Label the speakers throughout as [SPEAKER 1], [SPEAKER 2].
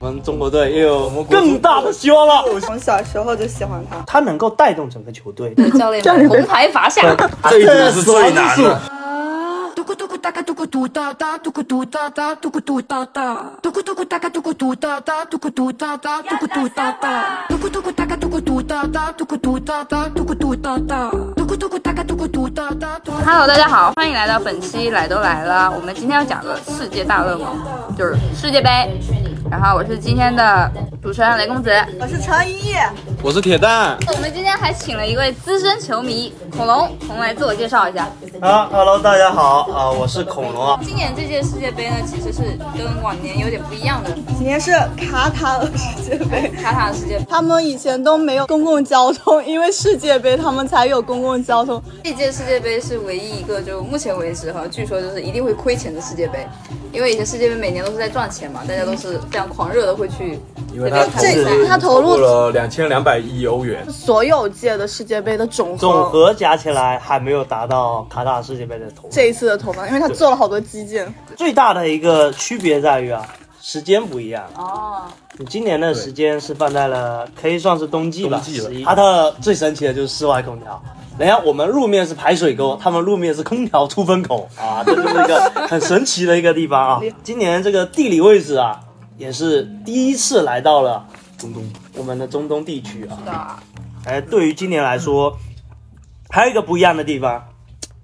[SPEAKER 1] 们中国队又有更大的希望了。
[SPEAKER 2] 从小时候就喜欢他。
[SPEAKER 3] 他能够带动整个球队。
[SPEAKER 4] 对教练们红牌罚下，
[SPEAKER 5] 这一组是最难
[SPEAKER 3] 这
[SPEAKER 5] 的。
[SPEAKER 6] 嘟咕嘟咕哒嘎嘟咕嘟哒哒嘟咕嘟哒哒嘟咕嘟哒哒嘟咕嘟咕哒嘎嘟咕嘟哒哒嘟咕嘟哒哒嘟咕嘟哒哒嘟咕嘟咕哒嘎嘟咕嘟哒哒嘟咕嘟哒哒嘟咕嘟哒哒嘟咕嘟咕哒嘎嘟咕嘟哒哒嘟咕
[SPEAKER 4] Hello，大家好，欢迎来到本期来都来了。我们今天要讲的世界大热门就是世界杯。然后我是今天的主持人雷公子。
[SPEAKER 2] 我是陈一，
[SPEAKER 1] 我是铁蛋，
[SPEAKER 4] 我们今天还请了一位资深球迷恐龙，恐龙来自我介绍一下。
[SPEAKER 3] 啊，Hello，大家好啊，我是恐龙啊。
[SPEAKER 4] 今年这届世界杯呢，其实是跟往年有点不一样的，
[SPEAKER 2] 今天是卡塔尔世界杯。
[SPEAKER 4] 卡塔尔世界杯。
[SPEAKER 2] 他们以前都没有公共交通，因为世界杯他们才有公共交通。
[SPEAKER 4] 这届世界杯是唯一一个，就目前为止哈，据说就是一定会亏钱的世界杯，因为以前世界杯每年都是在赚钱嘛，大家都是非常狂热的会去
[SPEAKER 5] 因为他
[SPEAKER 4] 这
[SPEAKER 5] 投
[SPEAKER 4] 边看比赛
[SPEAKER 2] 这
[SPEAKER 5] 入
[SPEAKER 2] 他投入
[SPEAKER 5] 了两千两百亿欧元，
[SPEAKER 2] 所有届的世界杯的总和，
[SPEAKER 3] 总和加起来还没有达到卡塔尔世界杯的头。
[SPEAKER 2] 这一次的投放，因为他做了好多基建。
[SPEAKER 3] 最大的一个区别在于啊，时间不一样。
[SPEAKER 4] 哦，
[SPEAKER 3] 你今年的时间是放在了可以算是冬季吧，
[SPEAKER 5] 冬季了
[SPEAKER 3] 十一。卡塔尔最神奇的就是室外空调。人家我们路面是排水沟，他们路面是空调出风口啊，这就是一个很神奇的一个地方啊。今年这个地理位置啊，也是第一次来到了
[SPEAKER 5] 中东
[SPEAKER 3] 我们的中东地区啊。
[SPEAKER 4] 对啊，
[SPEAKER 3] 哎，对于今年来说，还有一个不一样的地方，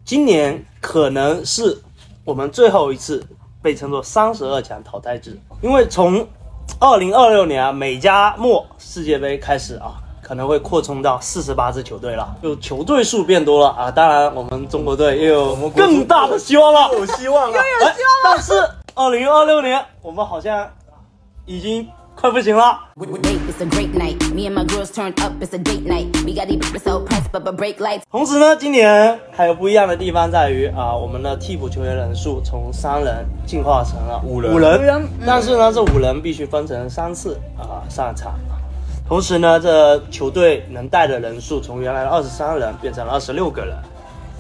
[SPEAKER 3] 今年可能是我们最后一次被称作三十二强淘汰制，因为从二零二六年啊美加墨世界杯开始啊。可能会扩充到四十八支球队了，就球队数变多了啊！当然，我们中国队也有
[SPEAKER 5] 们国足
[SPEAKER 3] 更大的希望了。
[SPEAKER 5] 有希望了。
[SPEAKER 3] 哎，但是二零二六年我们好像已经快不行了。
[SPEAKER 7] Date, it's a great night. Me and my girls turned up, it's a date night. We got these bitches so pressed, but but break lights.
[SPEAKER 3] 同时呢，今年还有不一样的地方在于啊、我们的替补球员人数从三人进化成了
[SPEAKER 5] 五人
[SPEAKER 3] 五人，但是呢，这五人必须分成三次啊、上场。同时呢，这球队能带的人数从原来的二十三人变成了二十六个人，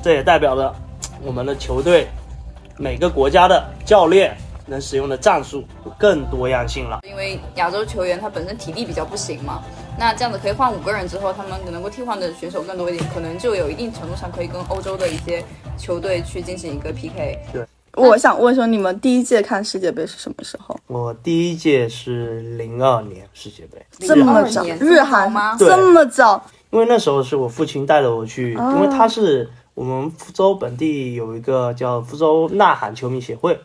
[SPEAKER 3] 这也代表了我们的球队每个国家的教练能使用的战术更多样性了。
[SPEAKER 4] 因为亚洲球员他本身体力比较不行嘛，那这样子可以换五个人之后，他们能够替换的选手更多一点，可能就有一定程度上可以跟欧洲的一些球队去进行一个 PK。
[SPEAKER 2] 我想问说，你们第一届看世界杯是什么时候？
[SPEAKER 3] 我第一届是零二年世界杯，
[SPEAKER 2] 这么早，
[SPEAKER 4] 年
[SPEAKER 2] 日韩
[SPEAKER 4] 吗
[SPEAKER 3] 对
[SPEAKER 2] 这么早，
[SPEAKER 3] 因为那时候是我父亲带着我去，因为他是我们福州本地有一个叫福州呐喊球迷协会，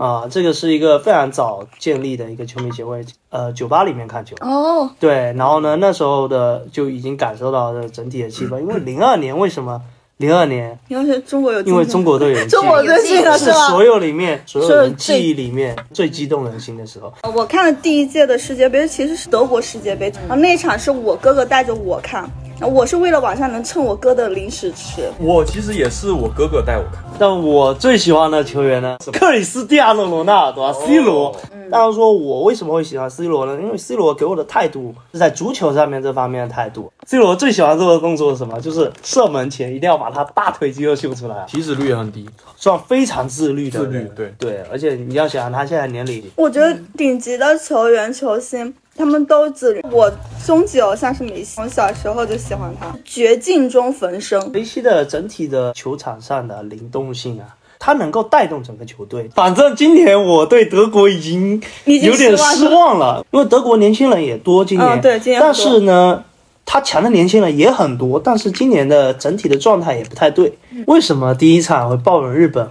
[SPEAKER 3] 啊、这个是一个非常早建立的一个球迷协会，呃，酒吧里面看球，
[SPEAKER 2] 哦，
[SPEAKER 3] 对，然后呢，那时候的就已经感受到了整体的气氛，因为零二年为什么零二年？
[SPEAKER 2] 因为中国有
[SPEAKER 3] 因为中国队有进
[SPEAKER 2] 中国最近了
[SPEAKER 3] 是
[SPEAKER 2] 是吧？
[SPEAKER 3] 所有里面所有
[SPEAKER 2] 是
[SPEAKER 3] 人
[SPEAKER 2] 最
[SPEAKER 3] 记忆里面最激动人心的时候，
[SPEAKER 2] 我看的第一届的世界杯其实是德国世界杯，然后那场是我哥哥带着我看，我是为了晚上能蹭我哥的零食吃。
[SPEAKER 5] 我其实也是我哥哥带我看，
[SPEAKER 3] 但我最喜欢的球员呢，是克里斯蒂亚诺·罗纳尔多、C
[SPEAKER 5] 哦
[SPEAKER 3] 罗。当然说，我为什么会喜欢 C 罗呢？因为 C 罗给我的态度是在足球上面这方面的态度。C 罗最喜欢做的动作是什么？就是射门前一定要把他大腿肌肉秀出来，
[SPEAKER 5] 体脂率也很低，
[SPEAKER 3] 算非常自律的
[SPEAKER 5] 自
[SPEAKER 3] 人。
[SPEAKER 5] 律对。
[SPEAKER 3] 对，而且你要想他现在年龄，
[SPEAKER 2] 我觉得顶级的球员球星。他们都自律。我终极偶像是梅西，我小时候就喜欢他，绝境中逢生。
[SPEAKER 3] 梅西的整体的球场上的灵动性啊。他能够带动整个球队。反正今年我对德国已经
[SPEAKER 2] 你已经
[SPEAKER 3] 有点
[SPEAKER 2] 失
[SPEAKER 3] 失望
[SPEAKER 2] 望了。
[SPEAKER 3] 了，因为德国年轻人也多，今年、
[SPEAKER 2] 嗯对今年很
[SPEAKER 3] 但
[SPEAKER 2] 多
[SPEAKER 3] 是呢，他强的年轻人也很多，但是今年的整体的状态也不太对。
[SPEAKER 2] 嗯
[SPEAKER 3] 为什么第一场会爆冷日本？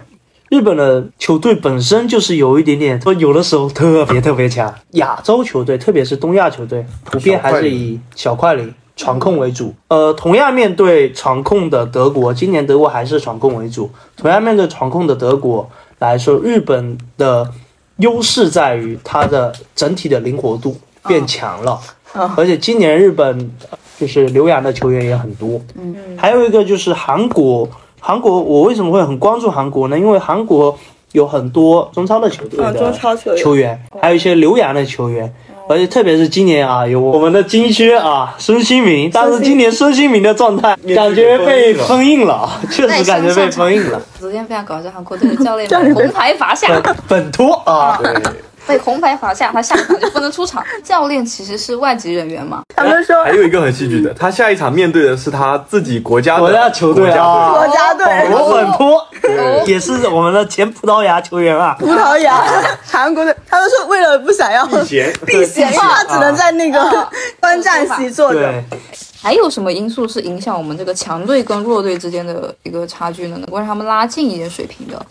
[SPEAKER 3] 日本的球队本身就是有一点点，说有的时候特别特别强。亚洲球队，特别是东亚球队，普遍还是以小快灵传控为主。呃，同样面对传控的德国，今年德国还是传控为主。同样面对传控的德国来说，日本的优势在于它的整体的灵活度变强了，而且今年日本呃就是留洋的球员也很多。嗯，还有一个就是韩国，韩国我为什么会很关注韩国呢？因为韩国有很多中超的球队
[SPEAKER 2] 嗯
[SPEAKER 3] 的
[SPEAKER 2] 中超球员哦
[SPEAKER 3] 球员，还有一些留洋的球员。而且特别是今年啊，有我们的金靴啊，孙兴民，但是今年孙兴民的状态感觉被封印了啊， 确实感觉 被封印了，
[SPEAKER 4] 昨天非常搞笑，韩国队的教练红牌罚下，
[SPEAKER 3] 本本托啊，
[SPEAKER 2] 哦
[SPEAKER 5] 对，
[SPEAKER 4] 被红牌罚下，他下一场就不能出 场。教练其实是外籍人员嘛，
[SPEAKER 2] 他们说
[SPEAKER 3] 哎
[SPEAKER 5] 还有一个很戏剧的，他下一场面对的是他自己国家的
[SPEAKER 3] 国家球队啊
[SPEAKER 5] 国
[SPEAKER 2] 国家队、
[SPEAKER 3] 罗本托
[SPEAKER 5] 对
[SPEAKER 3] 也是我们的前葡萄牙球员啊，
[SPEAKER 2] 葡萄牙、 韩国队，他们说为了不想要
[SPEAKER 5] 家队避嫌。
[SPEAKER 2] 避嫌，他只能在那个
[SPEAKER 4] 啊
[SPEAKER 2] 观战席坐着。
[SPEAKER 3] 对，
[SPEAKER 4] 还有什么因素是影响我们这个强队跟弱队之间的一个差距呢？能够让他们拉近一点水平的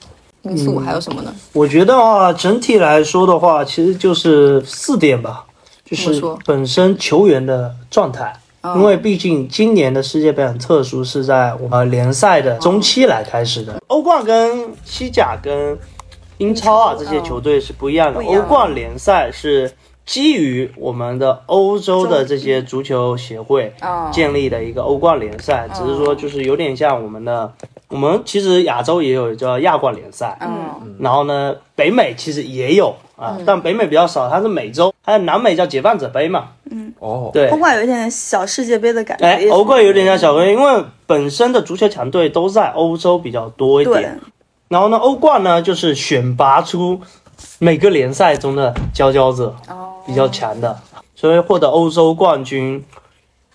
[SPEAKER 4] 因素
[SPEAKER 3] 嗯
[SPEAKER 4] 还有什么呢？
[SPEAKER 3] 我觉得啊，整体来说的话，其实就是四点吧，就
[SPEAKER 4] 怎么
[SPEAKER 3] 是
[SPEAKER 4] 说
[SPEAKER 3] 本身球员的状态，因为毕竟今年的世界杯很特殊，是在我们联赛的中期来开始的。欧冠跟西甲跟英超啊这些球队是不一样的，
[SPEAKER 2] 一样
[SPEAKER 3] 欧冠联赛是。基于我们的欧洲的这些足球协会
[SPEAKER 4] 哦
[SPEAKER 3] 建立的一个欧冠联赛，只是说就是有点像我们的，我们其实亚洲也有叫亚冠联赛，
[SPEAKER 4] 嗯，
[SPEAKER 3] 然后呢，北美其实也有啊，但北美比较少，它是美洲，还有南美叫解放者杯嘛。
[SPEAKER 5] 哦，
[SPEAKER 3] 对
[SPEAKER 2] 欧，冠有一点小世界杯的感觉，
[SPEAKER 3] 哎
[SPEAKER 2] 也，是
[SPEAKER 3] 欧冠有点像小杯，因为本身的足球强队都在欧洲比较多一
[SPEAKER 2] 对
[SPEAKER 3] 点。然后呢，欧冠呢就是选拔出每个联赛中的佼佼者，
[SPEAKER 4] 哦
[SPEAKER 3] 比较强的，所以获得欧洲冠军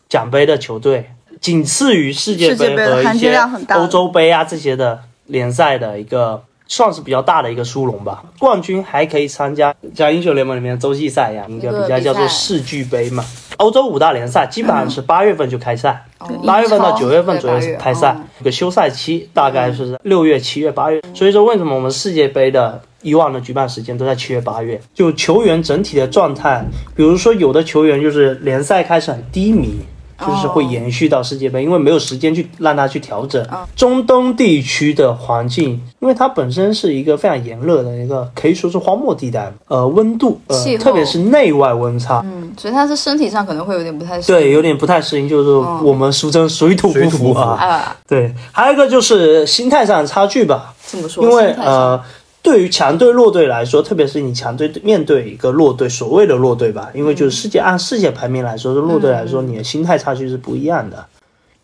[SPEAKER 3] 奖杯的球队，仅次于世界
[SPEAKER 2] 世界
[SPEAKER 3] 杯
[SPEAKER 2] 杯
[SPEAKER 3] 和
[SPEAKER 2] 含
[SPEAKER 3] 一
[SPEAKER 2] 金
[SPEAKER 3] 些
[SPEAKER 2] 量很大的
[SPEAKER 3] 欧洲杯啊这些的联赛的一个。算是比较大的一个殊荣吧，冠军还可以参加像英雄联盟里面的洲际赛一样，一
[SPEAKER 4] 一
[SPEAKER 3] 个
[SPEAKER 4] 个
[SPEAKER 3] 比较
[SPEAKER 4] 比
[SPEAKER 3] 叫做
[SPEAKER 4] 赛
[SPEAKER 3] 世俱杯嘛。欧洲五大联赛基本上是八月份就开赛，
[SPEAKER 4] 哦
[SPEAKER 3] 八月份到
[SPEAKER 2] 英超
[SPEAKER 3] 九月份
[SPEAKER 4] 对
[SPEAKER 3] 左右
[SPEAKER 4] 八月
[SPEAKER 3] 开赛
[SPEAKER 4] 嗯，
[SPEAKER 3] 有个休赛期大概是六月、七月、八月。所以说，为什么我们世界杯的以往的举办时间都在七月、八月？就球员整体的状态，比如说有的球员就是联赛开始很低迷。就是会延续到世界杯，因为没有时间去让他去调整。
[SPEAKER 4] 哦
[SPEAKER 3] 中东地区的环境，因为它本身是一个非常炎热的一个，可以说是荒漠地带，呃，温度，呃
[SPEAKER 4] 气，候
[SPEAKER 3] 特别是内外温差，
[SPEAKER 4] 嗯所以他是身体上可能会有点不太适应
[SPEAKER 3] 对，有点不太适应，就是说
[SPEAKER 4] 哦
[SPEAKER 3] 我们俗称水土不
[SPEAKER 5] 水土
[SPEAKER 3] 服
[SPEAKER 5] 不服
[SPEAKER 3] 啊。
[SPEAKER 4] 啊，
[SPEAKER 3] 对，还有一个就是心态上的差距吧，
[SPEAKER 4] 这么说，
[SPEAKER 3] 因为
[SPEAKER 4] 心态上
[SPEAKER 3] 呃，对于强队弱队来说，特别是你强队面对一个弱队，所谓的弱队吧，因为
[SPEAKER 4] 嗯
[SPEAKER 3] 就是世界按世界排名来说，是弱队来说，你的心态差距是不一样的。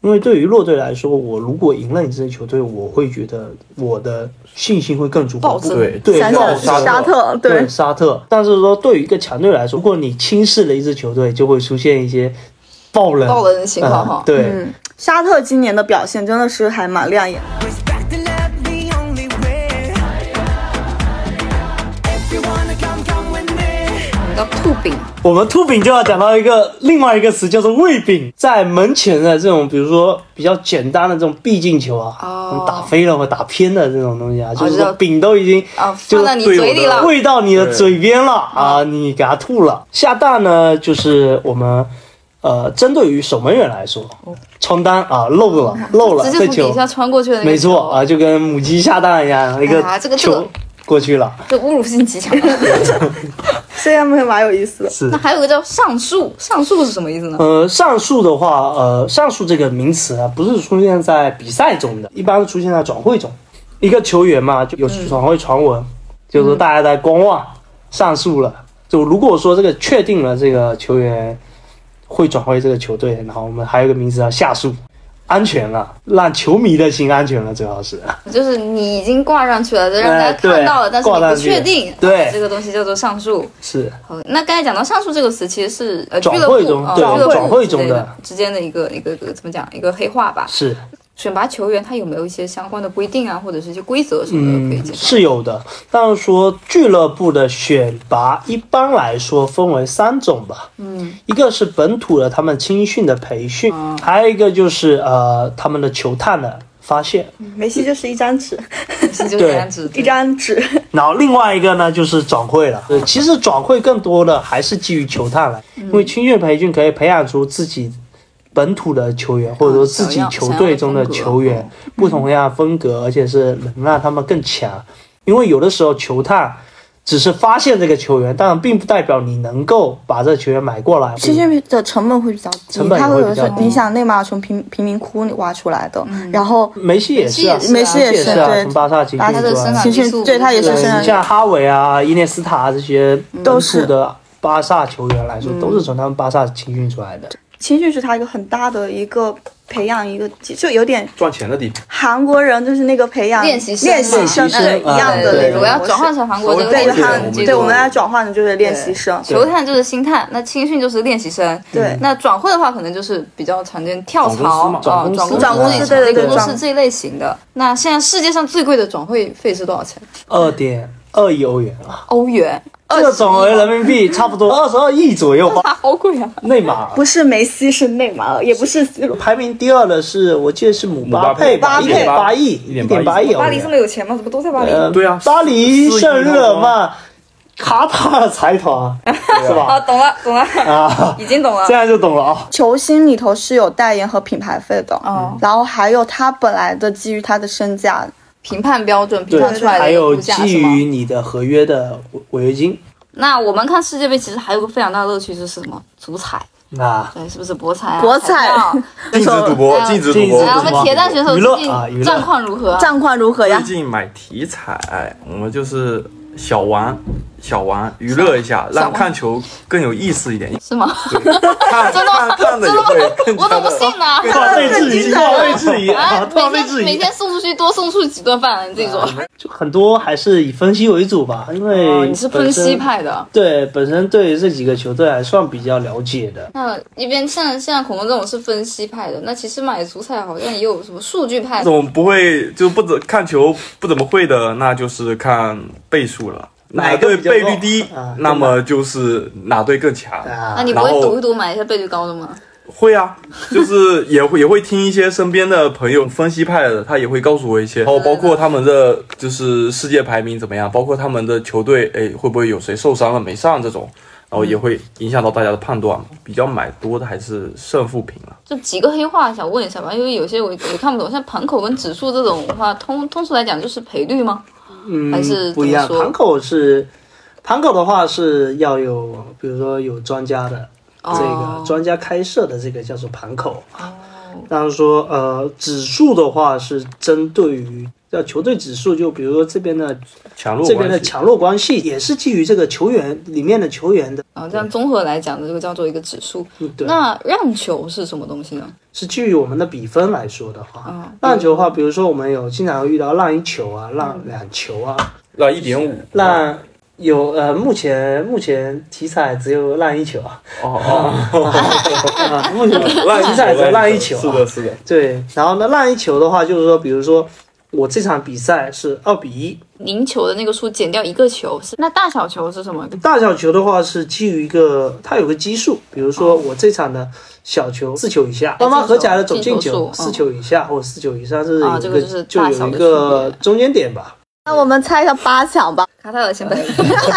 [SPEAKER 3] 因为对于弱队来说，我如果赢了你这支球队，我会觉得我的信心会更足够。
[SPEAKER 4] 暴增
[SPEAKER 5] 对
[SPEAKER 3] 对，
[SPEAKER 2] 想
[SPEAKER 3] 暴
[SPEAKER 2] 想
[SPEAKER 3] 杀
[SPEAKER 2] 沙特，对
[SPEAKER 3] 对，沙特。但是说对于一个强队来说，如果你轻视了一支球队，就会出现一些爆冷
[SPEAKER 4] 爆冷的情况哈
[SPEAKER 3] 嗯对，
[SPEAKER 2] 嗯，沙特今年的表现真的是还蛮亮眼。
[SPEAKER 8] Respect and love the only way. If you wanna come, come with me.
[SPEAKER 4] 我们叫兔饼，
[SPEAKER 3] 我们兔饼就要讲到一个另外一个词，叫做胃饼。在门前的这种，比如说比较简单的这种必进球啊，
[SPEAKER 4] 哦
[SPEAKER 3] 打飞了或打偏的这种东西啊，
[SPEAKER 4] 我
[SPEAKER 3] 就是
[SPEAKER 4] 知道
[SPEAKER 3] 说饼都已经
[SPEAKER 4] 啊
[SPEAKER 3] 就
[SPEAKER 4] 放到你嘴里了
[SPEAKER 3] 喂到你的嘴边了啊，你给它吐了。下蛋呢，就是我们。呃，针对于守门员来说，穿单啊漏了漏了，
[SPEAKER 4] 哦直接
[SPEAKER 3] 这
[SPEAKER 4] 从
[SPEAKER 3] 球
[SPEAKER 4] 底下穿过去的那个球，
[SPEAKER 3] 没错啊，就跟母鸡下蛋 一样，一个
[SPEAKER 4] 啊这个这
[SPEAKER 3] 球
[SPEAKER 4] 个
[SPEAKER 3] 过去了，
[SPEAKER 4] 这侮辱性极强。
[SPEAKER 2] 这样还蛮有意思的。
[SPEAKER 3] 是
[SPEAKER 4] 那。还有个叫上树，上树是什么意思呢？
[SPEAKER 3] 呃，上述的话，呃，上述这个名词啊，不是出现在比赛中的，一般是出现在转会中。一个球员嘛，就有转会传闻，就是大家在观望上述了。就如果说这个确定了这个球员会转会这个球队，然后我们还有一个名词叫下述，安全了，让球迷的心安全了，主要是。
[SPEAKER 4] 就是你已经挂上去了，就让大
[SPEAKER 3] 哎
[SPEAKER 4] 家看到了，
[SPEAKER 3] 对
[SPEAKER 4] 但是你
[SPEAKER 3] 挂上
[SPEAKER 4] 不
[SPEAKER 3] 去
[SPEAKER 4] 确定。
[SPEAKER 3] 对
[SPEAKER 4] 啊这个东西叫做上树。
[SPEAKER 3] 是
[SPEAKER 4] 好，那刚才讲到上述这个词，其实是呃
[SPEAKER 3] 转
[SPEAKER 4] 俱乐部
[SPEAKER 3] 会中
[SPEAKER 4] 啊
[SPEAKER 3] 对
[SPEAKER 4] 俱乐部
[SPEAKER 3] 转会中的
[SPEAKER 4] 之类之间的一个一个一个怎么讲一个黑话吧。
[SPEAKER 3] 是，
[SPEAKER 4] 选拔球员他有没有一些相关的规定啊，或者是一些规则什么的可以
[SPEAKER 3] 嗯
[SPEAKER 4] 介，绍？
[SPEAKER 3] 是有的。但是说俱乐部的选拔一般来说分为三种吧，嗯，一个是本土的他们青训的培训，还有一个就是呃他们的球探的发现，
[SPEAKER 2] 梅西就是一张纸，
[SPEAKER 4] 是就这样子，
[SPEAKER 2] 一张纸。
[SPEAKER 3] 然后另外一个呢就是转会了。对，其实转会更多的还是基于球探来，
[SPEAKER 4] 嗯
[SPEAKER 3] 因为青训培训可以培养出自己本土的球员，或者说自己球队中的球
[SPEAKER 4] 想要
[SPEAKER 3] 员，不同样风格，而且是能让他们更强。因为有的时候球探。只是发现这个球员，但并不代表你能够把这个球员买过来。
[SPEAKER 2] 青训的成本会比较低
[SPEAKER 3] 嗯成，本也
[SPEAKER 2] 它会
[SPEAKER 3] 会
[SPEAKER 2] 有
[SPEAKER 3] 比
[SPEAKER 2] 一
[SPEAKER 3] 较
[SPEAKER 2] 种
[SPEAKER 3] 低
[SPEAKER 2] 你想内马尔从贫贫民窟里挖出来的，然后
[SPEAKER 3] 梅西也是啊，
[SPEAKER 4] 梅
[SPEAKER 2] 梅
[SPEAKER 4] 西
[SPEAKER 2] 西
[SPEAKER 3] 梅
[SPEAKER 2] 也
[SPEAKER 3] 西也
[SPEAKER 2] 是
[SPEAKER 3] 是啊，
[SPEAKER 2] 对
[SPEAKER 3] 从巴萨集
[SPEAKER 2] 巴萨
[SPEAKER 3] 训
[SPEAKER 4] 的
[SPEAKER 3] 出来
[SPEAKER 4] 生
[SPEAKER 3] 的
[SPEAKER 4] 长
[SPEAKER 2] 青训
[SPEAKER 4] 激素
[SPEAKER 2] 对他也是
[SPEAKER 4] 对
[SPEAKER 2] 生
[SPEAKER 3] 对
[SPEAKER 2] 长
[SPEAKER 3] 你
[SPEAKER 2] 激素
[SPEAKER 3] 像哈维啊、伊涅斯塔这些
[SPEAKER 2] 都
[SPEAKER 3] 本
[SPEAKER 2] 是
[SPEAKER 3] 土的巴萨球员来说，都是从他们巴萨青训出来的。
[SPEAKER 2] 青训是他一个很大的一个培养一个，就有点
[SPEAKER 5] 赚钱的地方。
[SPEAKER 2] 韩国人就是那个培养
[SPEAKER 4] 练习生嘛
[SPEAKER 2] 练习生
[SPEAKER 3] 练习
[SPEAKER 2] 啊对
[SPEAKER 3] 生
[SPEAKER 2] 一样的
[SPEAKER 3] 啊
[SPEAKER 2] 那
[SPEAKER 4] 对，
[SPEAKER 2] 种模式。
[SPEAKER 4] 我要转换成韩国这个
[SPEAKER 2] 对
[SPEAKER 4] 练习
[SPEAKER 2] 他
[SPEAKER 4] 生
[SPEAKER 2] 们，
[SPEAKER 4] 制度，
[SPEAKER 2] 对我们要转换的就是练习生。
[SPEAKER 4] 球探就是星探，那青训就是练习生。
[SPEAKER 2] 对
[SPEAKER 4] 那转会的话，可能就是比较常见跳槽啊，
[SPEAKER 3] 转
[SPEAKER 4] 转
[SPEAKER 3] 公司嘛
[SPEAKER 4] 司、
[SPEAKER 3] 转公司
[SPEAKER 4] 这一类
[SPEAKER 2] 对对对
[SPEAKER 4] 工作
[SPEAKER 2] 转
[SPEAKER 4] 室这一类型的。那现在世界上最贵的转会费是多少钱？
[SPEAKER 3] 二点二亿欧元啊，
[SPEAKER 4] 欧元，
[SPEAKER 3] 这个转为人民币差不多二十二亿左右吧。
[SPEAKER 4] 啊， 好贵 啊！
[SPEAKER 3] 内马尔
[SPEAKER 2] 不是梅西，是内马尔，也不是 C 罗。
[SPEAKER 3] 排名第二的是，我记得是姆巴佩吧，一
[SPEAKER 5] 姆
[SPEAKER 3] 点
[SPEAKER 5] 巴
[SPEAKER 3] 八
[SPEAKER 5] 佩
[SPEAKER 3] 亿，
[SPEAKER 5] 1.8
[SPEAKER 3] 点八亿欧元。
[SPEAKER 4] 有钱吗？怎么都在巴
[SPEAKER 3] 呃，
[SPEAKER 5] 对啊
[SPEAKER 3] 巴黎
[SPEAKER 5] 四亿
[SPEAKER 3] 圣日耳曼、卡塔尔财团是
[SPEAKER 4] 啊，
[SPEAKER 3] 吧？
[SPEAKER 4] 懂了，懂了，
[SPEAKER 3] 啊，
[SPEAKER 4] 已经懂了
[SPEAKER 3] 这。样就懂了啊。
[SPEAKER 2] 球星里头是有代言和品牌费的，
[SPEAKER 4] 哦
[SPEAKER 2] 然后还有他本来的基于他的身价，
[SPEAKER 4] 评判标准评
[SPEAKER 3] 对，
[SPEAKER 4] 判出来
[SPEAKER 3] 还
[SPEAKER 4] 的一个
[SPEAKER 3] 有
[SPEAKER 4] 估价
[SPEAKER 3] 基
[SPEAKER 4] 是吗？
[SPEAKER 3] 于你的合约的违违约金
[SPEAKER 4] 那我们看世界杯，其实还有个非常大的乐趣就是什么？足彩，
[SPEAKER 3] 啊，
[SPEAKER 4] 对，是不是博彩啊？
[SPEAKER 2] 博彩
[SPEAKER 4] 票
[SPEAKER 5] 禁止赌博，禁止赌博。
[SPEAKER 4] 哎来，我们铁蛋选手
[SPEAKER 3] 娱
[SPEAKER 4] 最
[SPEAKER 3] 乐
[SPEAKER 4] 近
[SPEAKER 3] 啊娱乐
[SPEAKER 4] 战况如何啊？
[SPEAKER 2] 战况如何呀
[SPEAKER 9] 最？近买体彩，我们就是小玩小玩，娱乐一下，
[SPEAKER 4] 小
[SPEAKER 9] 让
[SPEAKER 4] 玩
[SPEAKER 9] 看球更有意思一点。
[SPEAKER 4] 是吗？
[SPEAKER 9] 看
[SPEAKER 4] 真的吗
[SPEAKER 9] 看看的也会更
[SPEAKER 4] 我
[SPEAKER 9] 加
[SPEAKER 4] 都不
[SPEAKER 9] 的。啊
[SPEAKER 4] 信呢。
[SPEAKER 3] 突然被质疑，突然被质疑啊，突
[SPEAKER 4] 每
[SPEAKER 3] 然被
[SPEAKER 4] 天
[SPEAKER 3] 质
[SPEAKER 4] 每
[SPEAKER 3] 疑。
[SPEAKER 4] 天送出去多送出几顿饭了，你自己说。
[SPEAKER 9] 哎
[SPEAKER 3] 就很多还是以分析为主吧，因
[SPEAKER 4] 哦，
[SPEAKER 3] 为
[SPEAKER 4] 你是分析
[SPEAKER 3] 本身
[SPEAKER 4] 派的。
[SPEAKER 3] 对，本身对于这几个球队还算比较了解的。
[SPEAKER 4] 那一边像像恐龙这种是分析派的，那其实买足彩好像也有什么数据派
[SPEAKER 9] 那种不会就不怎看球不怎么会的，那就是看倍数了。
[SPEAKER 3] 哪
[SPEAKER 9] 哪
[SPEAKER 3] 个
[SPEAKER 9] 队
[SPEAKER 3] 比较
[SPEAKER 9] 倍率低
[SPEAKER 3] 高啊，
[SPEAKER 9] 那么就是哪队更强。
[SPEAKER 4] 那
[SPEAKER 3] 啊，
[SPEAKER 4] 你不会
[SPEAKER 9] 然后
[SPEAKER 4] 赌一赌买一些倍率高的吗？
[SPEAKER 9] 会啊，就是也会也会听一些身边的朋友分析派的，他也会告诉我一
[SPEAKER 3] 嗯
[SPEAKER 9] 些，然哦后包括他们的就是世界排名怎么样，包括他们的球队，哎，会不会有谁受伤了没上这种，然后
[SPEAKER 3] 嗯
[SPEAKER 9] 也会影响到大家的判断嘛。比较买多的还是胜负平了，
[SPEAKER 4] 就几个黑话想问一下吧，因为有些我也看不懂，像盘口跟指数这种的话，通通俗来讲就是赔率吗？
[SPEAKER 3] 嗯
[SPEAKER 4] 还是
[SPEAKER 3] 不一样。
[SPEAKER 4] 怎么说
[SPEAKER 3] 盘口是盘口的话是要有，比如说有专家的这个
[SPEAKER 4] 哦
[SPEAKER 3] 专家开设的这个叫做盘口。当然说，呃，指数的话是针对于叫球队指数，就比如说这边的
[SPEAKER 9] 强弱
[SPEAKER 3] 这边的
[SPEAKER 9] 关系。
[SPEAKER 3] 强弱关系，也是基于这个球员里面的球员的，
[SPEAKER 4] 啊，这样综合来讲的这个叫做一个指数。
[SPEAKER 3] 嗯对，
[SPEAKER 4] 那让球是什么东西呢？
[SPEAKER 3] 是基于我们的比分来说的话
[SPEAKER 4] 嗯，
[SPEAKER 3] 让球的话，比如说我们有经常会遇到让一球啊、让两球啊，
[SPEAKER 9] 那一点五，
[SPEAKER 3] 那有呃，目前目前体彩只有烂一球啊，
[SPEAKER 9] 哦哦，
[SPEAKER 3] 啊，目前体彩只有烂一球、啊，
[SPEAKER 5] 是的，是的。
[SPEAKER 3] 对。然后呢，烂一球的话，就是说，比如说我这场比赛是二比一，
[SPEAKER 4] 赢球的那个数减掉一个球是那大小球是什么？
[SPEAKER 3] 大小球的话是基于一个它有个基数，比如
[SPEAKER 4] 哦
[SPEAKER 3] 说我这场的小球四球以下，双方合起来的总进
[SPEAKER 4] 进球
[SPEAKER 3] 球
[SPEAKER 4] 数
[SPEAKER 3] 四球以下或者四球以上是
[SPEAKER 4] 啊
[SPEAKER 3] 有一
[SPEAKER 4] 这个就是
[SPEAKER 3] 就
[SPEAKER 4] 大小的
[SPEAKER 3] 有一
[SPEAKER 4] 区别
[SPEAKER 3] 个中间 点吧。
[SPEAKER 2] 那我们猜一下八强吧。
[SPEAKER 4] 卡塔尔先辈，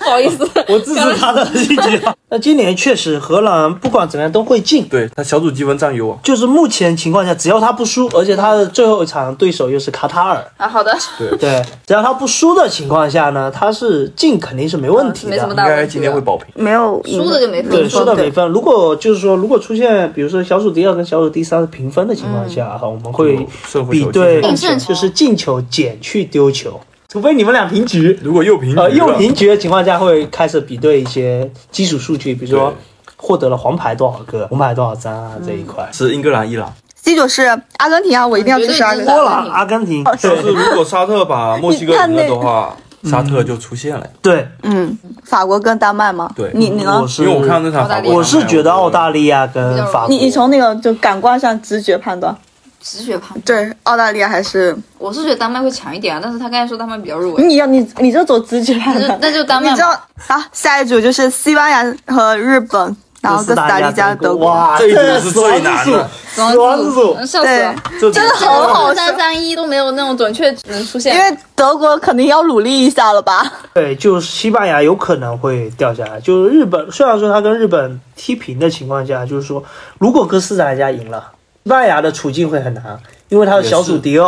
[SPEAKER 4] 不好意思，
[SPEAKER 3] 我支持他的意 见。那今年确实荷兰不管怎么样都会进，
[SPEAKER 9] 对他小组积分占优啊，
[SPEAKER 3] 就是目前情况下，只要他不输，而且他的最后一场对手又是卡塔尔，
[SPEAKER 4] 啊，好的，
[SPEAKER 3] 对，只要他不输的情况下呢，他是进肯定是没问题
[SPEAKER 4] 啊没什么
[SPEAKER 3] 的。
[SPEAKER 4] 大问题
[SPEAKER 9] 应该
[SPEAKER 4] 了。
[SPEAKER 9] 今天会保平。
[SPEAKER 2] 没有赢
[SPEAKER 4] 输的就没分
[SPEAKER 3] 嗯对，输的
[SPEAKER 4] 对
[SPEAKER 3] 没分。如果就是说，如果出现比如说小组第二跟小组第三是平分的情况下，哈、我们会
[SPEAKER 9] 胜负
[SPEAKER 3] 比
[SPEAKER 9] 球
[SPEAKER 3] 对，
[SPEAKER 4] 进胜球
[SPEAKER 3] 就是进球减去丢球，除非你们俩平局，
[SPEAKER 9] 如果又平局了，
[SPEAKER 3] 呃，又平局的情况下会开始比对一些基础数据，比如说
[SPEAKER 9] 对
[SPEAKER 3] 获得了黄牌多少个、红牌多少张啊这一块。
[SPEAKER 9] 是英格兰、伊朗。
[SPEAKER 2] ，C 九是阿根廷啊，我一定要支持阿根
[SPEAKER 4] 嗯绝对
[SPEAKER 2] 廷
[SPEAKER 4] 支。
[SPEAKER 3] 波兰、阿根廷，
[SPEAKER 9] 但是
[SPEAKER 3] 对
[SPEAKER 9] 如果沙特把墨西哥赢了的话，嗯沙特就出线了呀。
[SPEAKER 3] 对，
[SPEAKER 2] 嗯，法国跟丹麦吗？
[SPEAKER 9] 对
[SPEAKER 2] 你你呢
[SPEAKER 3] 我？是
[SPEAKER 9] 因为我看那场法国，
[SPEAKER 3] 我是觉得澳大利亚跟法
[SPEAKER 2] 你
[SPEAKER 3] 国，
[SPEAKER 2] 你从那个就感官上直觉判断，
[SPEAKER 4] 直觉判断，
[SPEAKER 2] 对澳大利亚还是
[SPEAKER 4] 我是觉得丹麦会强一点啊，但是他刚才说丹麦比较弱，
[SPEAKER 2] 你要你你就走直觉判
[SPEAKER 4] 那就
[SPEAKER 2] 断。
[SPEAKER 4] 那就丹麦
[SPEAKER 2] 你知道
[SPEAKER 4] 吧。
[SPEAKER 2] 啊？下一组就是西班牙和日本，然后哥斯达黎加、德国。
[SPEAKER 3] 哇，
[SPEAKER 9] 这一
[SPEAKER 3] 个
[SPEAKER 9] 组是最难的，
[SPEAKER 3] 死亡之组，
[SPEAKER 4] 嗯笑死
[SPEAKER 2] 对
[SPEAKER 4] 了。，
[SPEAKER 2] 真的很好笑
[SPEAKER 4] 三，三一都没有那种准确能出现，
[SPEAKER 2] 因为德国肯定要努力一下了吧？
[SPEAKER 3] 对，就是西班牙有可能会掉下来。就是日本，虽然说他跟日本踢平的情况下，就是说如果哥斯达黎加赢了，西班牙的处境会很难，因为他的小组第二。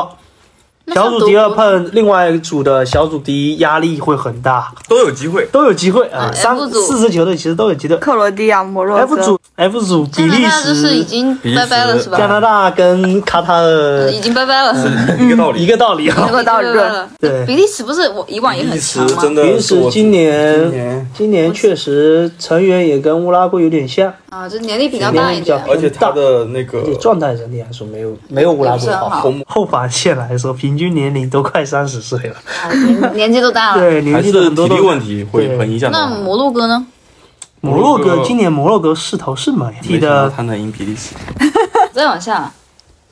[SPEAKER 4] 那像
[SPEAKER 3] 小组
[SPEAKER 4] 德
[SPEAKER 3] 第二
[SPEAKER 4] 国
[SPEAKER 3] 碰另外一组的小组第一，压力会很大，
[SPEAKER 9] 都有机会。
[SPEAKER 3] 都有机会啊。
[SPEAKER 4] 嗯
[SPEAKER 3] 三
[SPEAKER 4] F 组
[SPEAKER 3] 四支球队其实都有机会。
[SPEAKER 2] 克罗地亚、摩洛哥
[SPEAKER 3] F 组 F 组比
[SPEAKER 4] 加
[SPEAKER 3] 利
[SPEAKER 4] 拿大就是已
[SPEAKER 3] 时、
[SPEAKER 4] 经拜拜了是吧？
[SPEAKER 3] 加拿大跟卡塔尔
[SPEAKER 4] 已经拜拜了，
[SPEAKER 9] 一个道理。
[SPEAKER 3] 嗯一个道理啊。
[SPEAKER 4] 拜拜了。
[SPEAKER 3] 对
[SPEAKER 4] 比利时不是我以往也很
[SPEAKER 9] 一
[SPEAKER 4] 强
[SPEAKER 9] 时
[SPEAKER 4] 吗？
[SPEAKER 9] 真
[SPEAKER 3] 比利
[SPEAKER 9] 的是
[SPEAKER 3] 时
[SPEAKER 9] 我
[SPEAKER 3] 今年
[SPEAKER 5] 年
[SPEAKER 3] 今年确实成员也跟乌拉圭有点像，
[SPEAKER 4] 啊，就年龄比较大一点
[SPEAKER 3] 年龄比较。
[SPEAKER 9] 而且他的那个
[SPEAKER 3] 而且状态整体来说没有没有乌拉
[SPEAKER 4] 也不
[SPEAKER 3] 圭
[SPEAKER 4] 是很好
[SPEAKER 3] 好。后防线来说，平均年龄都快三十岁了，
[SPEAKER 4] 啊年年纪都大了。
[SPEAKER 3] 对，年
[SPEAKER 9] 还
[SPEAKER 3] 纪
[SPEAKER 9] 是
[SPEAKER 3] 都很
[SPEAKER 9] 体
[SPEAKER 3] 多
[SPEAKER 9] 力
[SPEAKER 3] 都
[SPEAKER 9] 问题会很影响到
[SPEAKER 4] 那
[SPEAKER 9] 他。
[SPEAKER 4] 摩洛哥呢？
[SPEAKER 3] 摩洛
[SPEAKER 9] 摩洛
[SPEAKER 3] 哥
[SPEAKER 9] 哥
[SPEAKER 3] 今年摩洛哥势头是蛮踢
[SPEAKER 9] 没想到
[SPEAKER 3] 的，
[SPEAKER 9] 他能赢比利时，
[SPEAKER 4] 再往下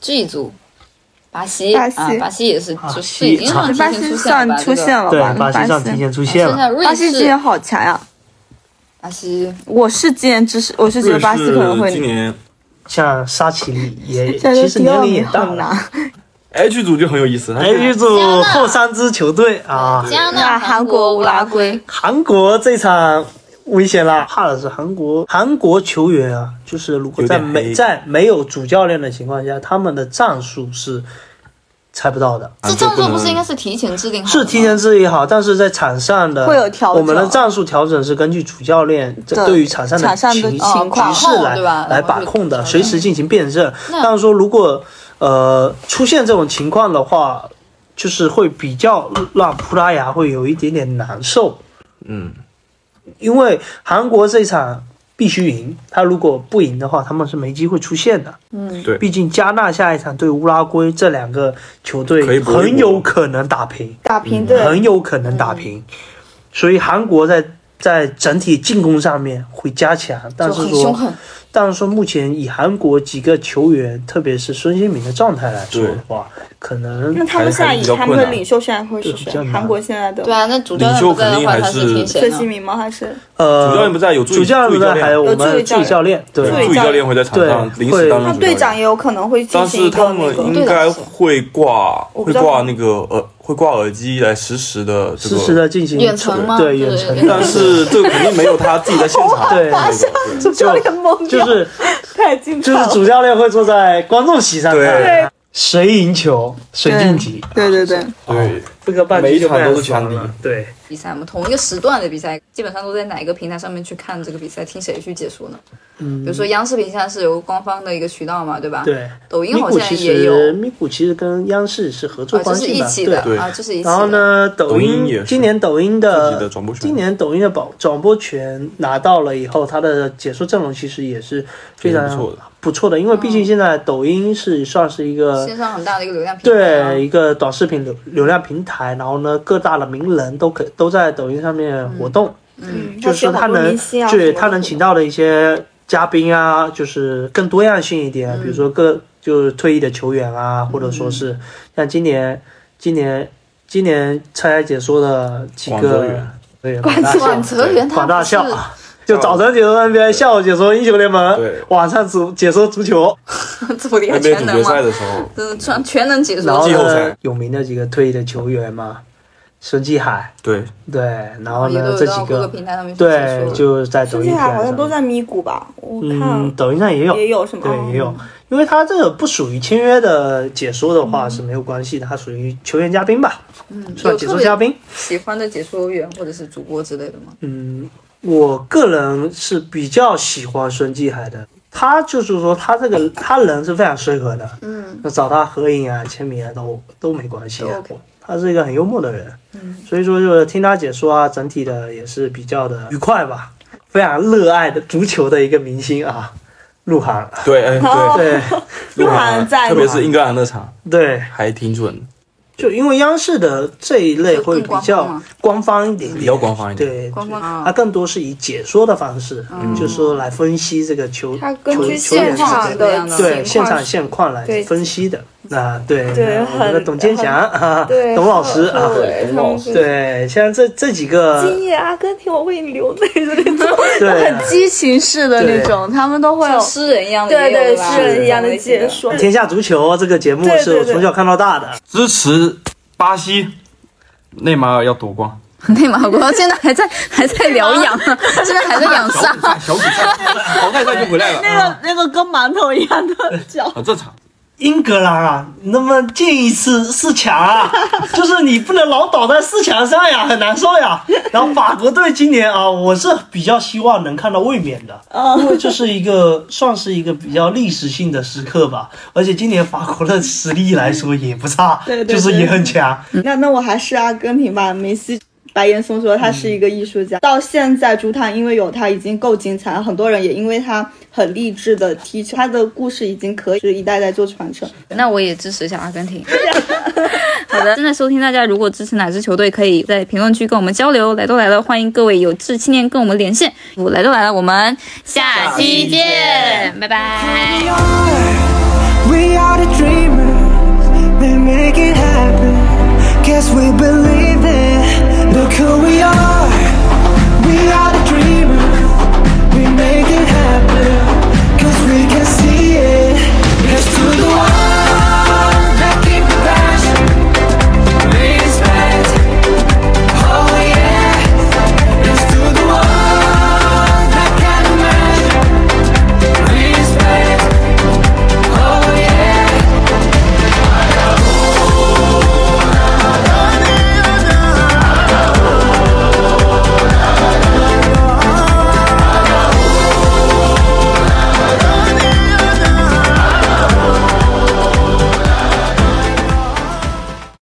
[SPEAKER 4] ，G 组，巴西
[SPEAKER 2] 巴西
[SPEAKER 4] 啊，巴西也是，
[SPEAKER 3] 啊
[SPEAKER 4] 就是已经
[SPEAKER 3] 西
[SPEAKER 4] 算提
[SPEAKER 2] 巴
[SPEAKER 4] 前
[SPEAKER 2] 西
[SPEAKER 4] 出现了
[SPEAKER 2] 算
[SPEAKER 4] 吧？
[SPEAKER 2] 出现
[SPEAKER 4] 了。
[SPEAKER 2] 了
[SPEAKER 3] 对
[SPEAKER 2] 吧？，
[SPEAKER 3] 巴西上提
[SPEAKER 2] 现
[SPEAKER 3] 前出现
[SPEAKER 4] 现在
[SPEAKER 3] 了。
[SPEAKER 4] 瑞
[SPEAKER 2] 巴西今年
[SPEAKER 4] 士，
[SPEAKER 2] 好强呀！
[SPEAKER 4] 巴西
[SPEAKER 2] 我是今年支持，我是觉得巴西可能
[SPEAKER 9] 瑞
[SPEAKER 2] 会
[SPEAKER 9] 士今年
[SPEAKER 3] 像沙奇里 也
[SPEAKER 2] 现在
[SPEAKER 3] 其实
[SPEAKER 2] 第
[SPEAKER 3] 年
[SPEAKER 2] 二
[SPEAKER 3] 龄也
[SPEAKER 2] 名
[SPEAKER 3] 大了。
[SPEAKER 2] 很难。
[SPEAKER 9] H 组就很有意思，他
[SPEAKER 3] 哎，
[SPEAKER 4] 加
[SPEAKER 3] 一组
[SPEAKER 4] 纳
[SPEAKER 3] 后三支球队啊，
[SPEAKER 4] 加拿
[SPEAKER 2] 那
[SPEAKER 4] 大、
[SPEAKER 2] 韩
[SPEAKER 4] 韩
[SPEAKER 2] 国
[SPEAKER 4] 国、乌拉
[SPEAKER 2] 乌拉
[SPEAKER 4] 圭，
[SPEAKER 3] 韩国这场危险啦！怕的是韩国韩国球员啊，就是如果在
[SPEAKER 9] 有点
[SPEAKER 3] 没
[SPEAKER 9] 黑
[SPEAKER 3] 在没有主教练的情况下，他们的战术是猜不到
[SPEAKER 9] 啊
[SPEAKER 3] 的。
[SPEAKER 4] 这战术不是应该是提前制定好的
[SPEAKER 3] 是
[SPEAKER 4] 吗？
[SPEAKER 3] 提前治理好，但是在场上的
[SPEAKER 2] 会有调整
[SPEAKER 3] 我们的战术调整是根据主教练这
[SPEAKER 2] 对
[SPEAKER 3] 对于场上的
[SPEAKER 2] 场上的
[SPEAKER 3] 情
[SPEAKER 2] 情
[SPEAKER 3] 形
[SPEAKER 2] 况
[SPEAKER 3] 局势来
[SPEAKER 4] 对吧然
[SPEAKER 3] 来
[SPEAKER 4] 后
[SPEAKER 3] 把
[SPEAKER 4] 就
[SPEAKER 3] 控的，
[SPEAKER 4] 调整
[SPEAKER 3] 随时进行辩证。
[SPEAKER 4] 那
[SPEAKER 3] 但是说如果呃出现这种情况的话，就是会比较让葡萄牙会有一点点难受。
[SPEAKER 9] 嗯，
[SPEAKER 3] 因为韩国这场必须赢，他如果不赢的话，他们是没机会出线的。嗯
[SPEAKER 9] 对
[SPEAKER 3] 毕竟加纳下一场对乌拉圭这两个球
[SPEAKER 9] 可以
[SPEAKER 3] 队
[SPEAKER 9] 搏一搏
[SPEAKER 3] 很有可能打平，
[SPEAKER 2] 打平对，
[SPEAKER 3] 嗯很有可能打平，所以韩国在在整体进攻上面会加强，但
[SPEAKER 4] 就是很凶
[SPEAKER 3] 说，
[SPEAKER 4] 狠。
[SPEAKER 3] 但是说目前以韩国几个球员，特别是孙兴民的状态来说的话，可能
[SPEAKER 2] 那他们现
[SPEAKER 9] 还
[SPEAKER 2] 在以
[SPEAKER 9] 是比较
[SPEAKER 2] 他们
[SPEAKER 9] 困
[SPEAKER 2] 的
[SPEAKER 9] 难
[SPEAKER 2] 领袖现在会是
[SPEAKER 3] 对比较
[SPEAKER 2] 谁？
[SPEAKER 3] 难
[SPEAKER 2] 韩国现在的
[SPEAKER 4] 对啊，那主教练不在的话，他是提前
[SPEAKER 2] 孙兴
[SPEAKER 4] 的。
[SPEAKER 2] 民吗？还是
[SPEAKER 3] 呃，
[SPEAKER 9] 主教练不在有助理
[SPEAKER 3] 主教
[SPEAKER 9] 助理
[SPEAKER 3] 练不在，
[SPEAKER 9] 教练
[SPEAKER 3] 还有我
[SPEAKER 2] 有助
[SPEAKER 3] 们
[SPEAKER 2] 理
[SPEAKER 3] 助
[SPEAKER 2] 教练
[SPEAKER 3] 理教练，对
[SPEAKER 2] 助理
[SPEAKER 9] 助理教练会在场上
[SPEAKER 3] 对
[SPEAKER 9] 临时当
[SPEAKER 2] 那
[SPEAKER 9] 任主
[SPEAKER 2] 队
[SPEAKER 9] 教
[SPEAKER 2] 长
[SPEAKER 9] 练，
[SPEAKER 2] 也有可能会进
[SPEAKER 9] 但
[SPEAKER 2] 行一
[SPEAKER 9] 是
[SPEAKER 2] 个
[SPEAKER 9] 他
[SPEAKER 2] 那
[SPEAKER 9] 们
[SPEAKER 2] 个啊
[SPEAKER 9] 应该会挂
[SPEAKER 2] 我
[SPEAKER 9] 会
[SPEAKER 2] 不知道
[SPEAKER 9] 挂那个耳会挂耳机来实时的这
[SPEAKER 3] 实时
[SPEAKER 9] 个，
[SPEAKER 3] 的进行
[SPEAKER 4] 远程吗对
[SPEAKER 3] 对远程
[SPEAKER 4] 对，
[SPEAKER 9] 但 是这个肯定没有他自己在现场
[SPEAKER 3] 对
[SPEAKER 9] 那 个对
[SPEAKER 3] 就
[SPEAKER 2] 教练懵
[SPEAKER 3] 就
[SPEAKER 2] 掉，
[SPEAKER 3] 是
[SPEAKER 2] 太精彩
[SPEAKER 3] 就是
[SPEAKER 2] 了。
[SPEAKER 3] 主教练会坐在观众席上
[SPEAKER 9] 对
[SPEAKER 3] 看，谁赢球谁晋级，
[SPEAKER 2] 对对对，
[SPEAKER 9] 对，
[SPEAKER 3] 这个半
[SPEAKER 9] 每
[SPEAKER 3] 局
[SPEAKER 9] 一
[SPEAKER 3] 就
[SPEAKER 9] 场
[SPEAKER 3] 半
[SPEAKER 9] 都是强敌
[SPEAKER 3] 对，
[SPEAKER 4] 比赛嘛，同一个时段的比赛，基本上都在哪一个平台上面去看这个比赛，听谁去解说呢？嗯，比如说央视频现在是由官方的一个渠道嘛，对吧？
[SPEAKER 3] 对
[SPEAKER 4] 抖音
[SPEAKER 3] 咪
[SPEAKER 4] 好
[SPEAKER 3] 咕其
[SPEAKER 4] 像也有，
[SPEAKER 3] 实咪咕其实跟央视是合作
[SPEAKER 4] 啊，就
[SPEAKER 3] 关
[SPEAKER 4] 是
[SPEAKER 3] 系
[SPEAKER 4] 一
[SPEAKER 3] 嘛，
[SPEAKER 4] 起
[SPEAKER 3] 对
[SPEAKER 4] 的。
[SPEAKER 9] 对
[SPEAKER 4] 啊，就是一起的。
[SPEAKER 3] 然后？呢，抖
[SPEAKER 9] 抖音也
[SPEAKER 3] 音
[SPEAKER 9] 是
[SPEAKER 3] 今年抖音
[SPEAKER 9] 自己
[SPEAKER 3] 的
[SPEAKER 9] 的转播权
[SPEAKER 3] 今年抖音的保转播权拿到了以后，它的解说阵容其实也是非常
[SPEAKER 9] 也是不错的
[SPEAKER 3] 不错的，因为毕竟现在抖音是算是一个
[SPEAKER 4] 线上很大的一个流量平台啊。
[SPEAKER 3] 对一个短视频流流量平台，然后呢，各大的名人都可都在抖音上面活动，
[SPEAKER 2] 嗯
[SPEAKER 3] 就是他能，对他能请到的一些嘉宾啊，就是更多样性一点，比如说各就是退役的球员啊，或者说是像今年今年今年参加解说的几
[SPEAKER 9] 广州
[SPEAKER 3] 个
[SPEAKER 9] 远
[SPEAKER 3] 对广大
[SPEAKER 4] 管
[SPEAKER 3] 校
[SPEAKER 4] 泽元他
[SPEAKER 3] 广大
[SPEAKER 4] 不是
[SPEAKER 3] 校。 就早晨解说 NBA，下午解说英雄联盟
[SPEAKER 9] 对，
[SPEAKER 3] 晚上足解说足球，
[SPEAKER 4] 走离
[SPEAKER 9] ，NBA
[SPEAKER 4] 全
[SPEAKER 9] 总
[SPEAKER 4] 能嘛
[SPEAKER 9] 决赛，的时候，
[SPEAKER 4] 嗯，全全能解
[SPEAKER 3] 然
[SPEAKER 4] 说
[SPEAKER 3] 后
[SPEAKER 9] 季后
[SPEAKER 3] 呢
[SPEAKER 9] 赛，
[SPEAKER 3] 有名的几个退役的球员嘛，孙继海，
[SPEAKER 9] 对，
[SPEAKER 3] 对，然后
[SPEAKER 4] 也
[SPEAKER 3] 呢
[SPEAKER 4] 都
[SPEAKER 3] 这
[SPEAKER 4] 有到
[SPEAKER 3] 几
[SPEAKER 4] 各个
[SPEAKER 3] 个，
[SPEAKER 4] 平台上面去解
[SPEAKER 3] 对，
[SPEAKER 4] 说。
[SPEAKER 3] 就是在抖
[SPEAKER 2] 孙
[SPEAKER 3] 音
[SPEAKER 2] 继
[SPEAKER 3] 平
[SPEAKER 2] 海
[SPEAKER 3] 台
[SPEAKER 2] 好像
[SPEAKER 3] 上
[SPEAKER 2] 都
[SPEAKER 3] 面，
[SPEAKER 2] 在咪咕吧？我
[SPEAKER 3] 嗯，
[SPEAKER 2] 看啊
[SPEAKER 3] 抖音上也有，
[SPEAKER 2] 也有什哦么？
[SPEAKER 3] 对，也有，因为他这个不属于签约的解说的话是没有关系的，他属于球员嘉宾吧，嗯，算
[SPEAKER 4] 有
[SPEAKER 3] 解
[SPEAKER 4] 特
[SPEAKER 3] 说
[SPEAKER 4] 别
[SPEAKER 3] 嘉宾，
[SPEAKER 4] 喜欢的解说员或者是主播之类的吗？
[SPEAKER 3] 嗯，我个人是比较喜欢孙继海的，他就是说他这个他人是非常随和的，嗯，找他合影啊、签名啊都都没关系、
[SPEAKER 4] 都
[SPEAKER 3] 啊
[SPEAKER 4] OK
[SPEAKER 3] 他是一个很幽默的人，嗯，所以说就是听他解说啊，整体的也是比较的愉快吧，非常热爱的足球的一个明星啊，鹿晗，
[SPEAKER 9] 对，哎，对，
[SPEAKER 3] 对
[SPEAKER 2] 哦鹿晗在
[SPEAKER 9] 特别是英格兰那场
[SPEAKER 3] 对，
[SPEAKER 9] 还挺准，
[SPEAKER 3] 就因为央视的这一类会比
[SPEAKER 4] 就更官方
[SPEAKER 3] 较
[SPEAKER 4] 嘛
[SPEAKER 3] 官方一点点，
[SPEAKER 9] 比较官方一点
[SPEAKER 3] 对，
[SPEAKER 4] 官方
[SPEAKER 3] 它更多是以解说的方式，就是说来分析这个球
[SPEAKER 2] 他嗯根
[SPEAKER 3] 球
[SPEAKER 2] 据
[SPEAKER 3] 球员
[SPEAKER 2] 现
[SPEAKER 3] 之
[SPEAKER 2] 场
[SPEAKER 3] 间的
[SPEAKER 2] 的
[SPEAKER 4] 球
[SPEAKER 3] 对现场
[SPEAKER 2] 现
[SPEAKER 3] 现况来
[SPEAKER 2] 对
[SPEAKER 3] 分析的。啊，对，
[SPEAKER 2] 对
[SPEAKER 3] 那我们的
[SPEAKER 2] 很
[SPEAKER 3] 董建
[SPEAKER 2] 很
[SPEAKER 3] 强啊，
[SPEAKER 2] 对
[SPEAKER 3] 董老师啊，
[SPEAKER 2] 对
[SPEAKER 9] 董老
[SPEAKER 2] 师
[SPEAKER 3] 对，像这这几个，
[SPEAKER 2] 今夜阿根廷我为你流泪的那种，
[SPEAKER 3] 呃对啊，
[SPEAKER 2] 激情式的那种，他们都会有
[SPEAKER 4] 像诗人一样的，也
[SPEAKER 2] 对
[SPEAKER 4] 有
[SPEAKER 2] 对
[SPEAKER 4] 吧
[SPEAKER 2] 诗人一样的解。
[SPEAKER 4] 是
[SPEAKER 2] 说。
[SPEAKER 3] 天下足球这个节目
[SPEAKER 2] 对对
[SPEAKER 3] 是我
[SPEAKER 2] 对
[SPEAKER 3] 从小看到大的，
[SPEAKER 5] 支持巴西，内马尔要夺
[SPEAKER 2] 啊
[SPEAKER 5] 冠。
[SPEAKER 4] 内马尔现在还在还在疗养，啊现在还在养伤。啊
[SPEAKER 5] 哎 小组赛，淘汰赛就回来了，啊
[SPEAKER 2] 那个那个跟馒头一样的脚，
[SPEAKER 5] 很正常。
[SPEAKER 3] 英格兰啊，那么进一次四强 啊，就是你不能老倒在四强上呀，很难受呀。然后法国队今年啊，我是比较希望能看到卫冕的，
[SPEAKER 2] 哦
[SPEAKER 3] 因为这是一个算是一个比较历史性的时刻吧。而且今年法国的实力来说也不差，
[SPEAKER 2] 对对
[SPEAKER 3] 就是
[SPEAKER 2] 对
[SPEAKER 3] 也很强。
[SPEAKER 2] 那那我还是啊阿根廷吧，梅西。白岩松说他是一个艺术家，嗯到现在朱探因为有他已经够精彩，很多人也因为他很励志的踢球，他的故事已经可以是一代代做传承。
[SPEAKER 4] 那我也支持一下阿根廷。 好的，正在收听大家，如果支持哪支球队，可以在评论区跟我们交流。来都来了，欢迎各位有志青年跟我们连线。来都来了，我们下期见，拜拜。
[SPEAKER 8] We are, we are the dreamers. They make it happen. Guess we believe it. Look who we are. We are the Oh, Oh,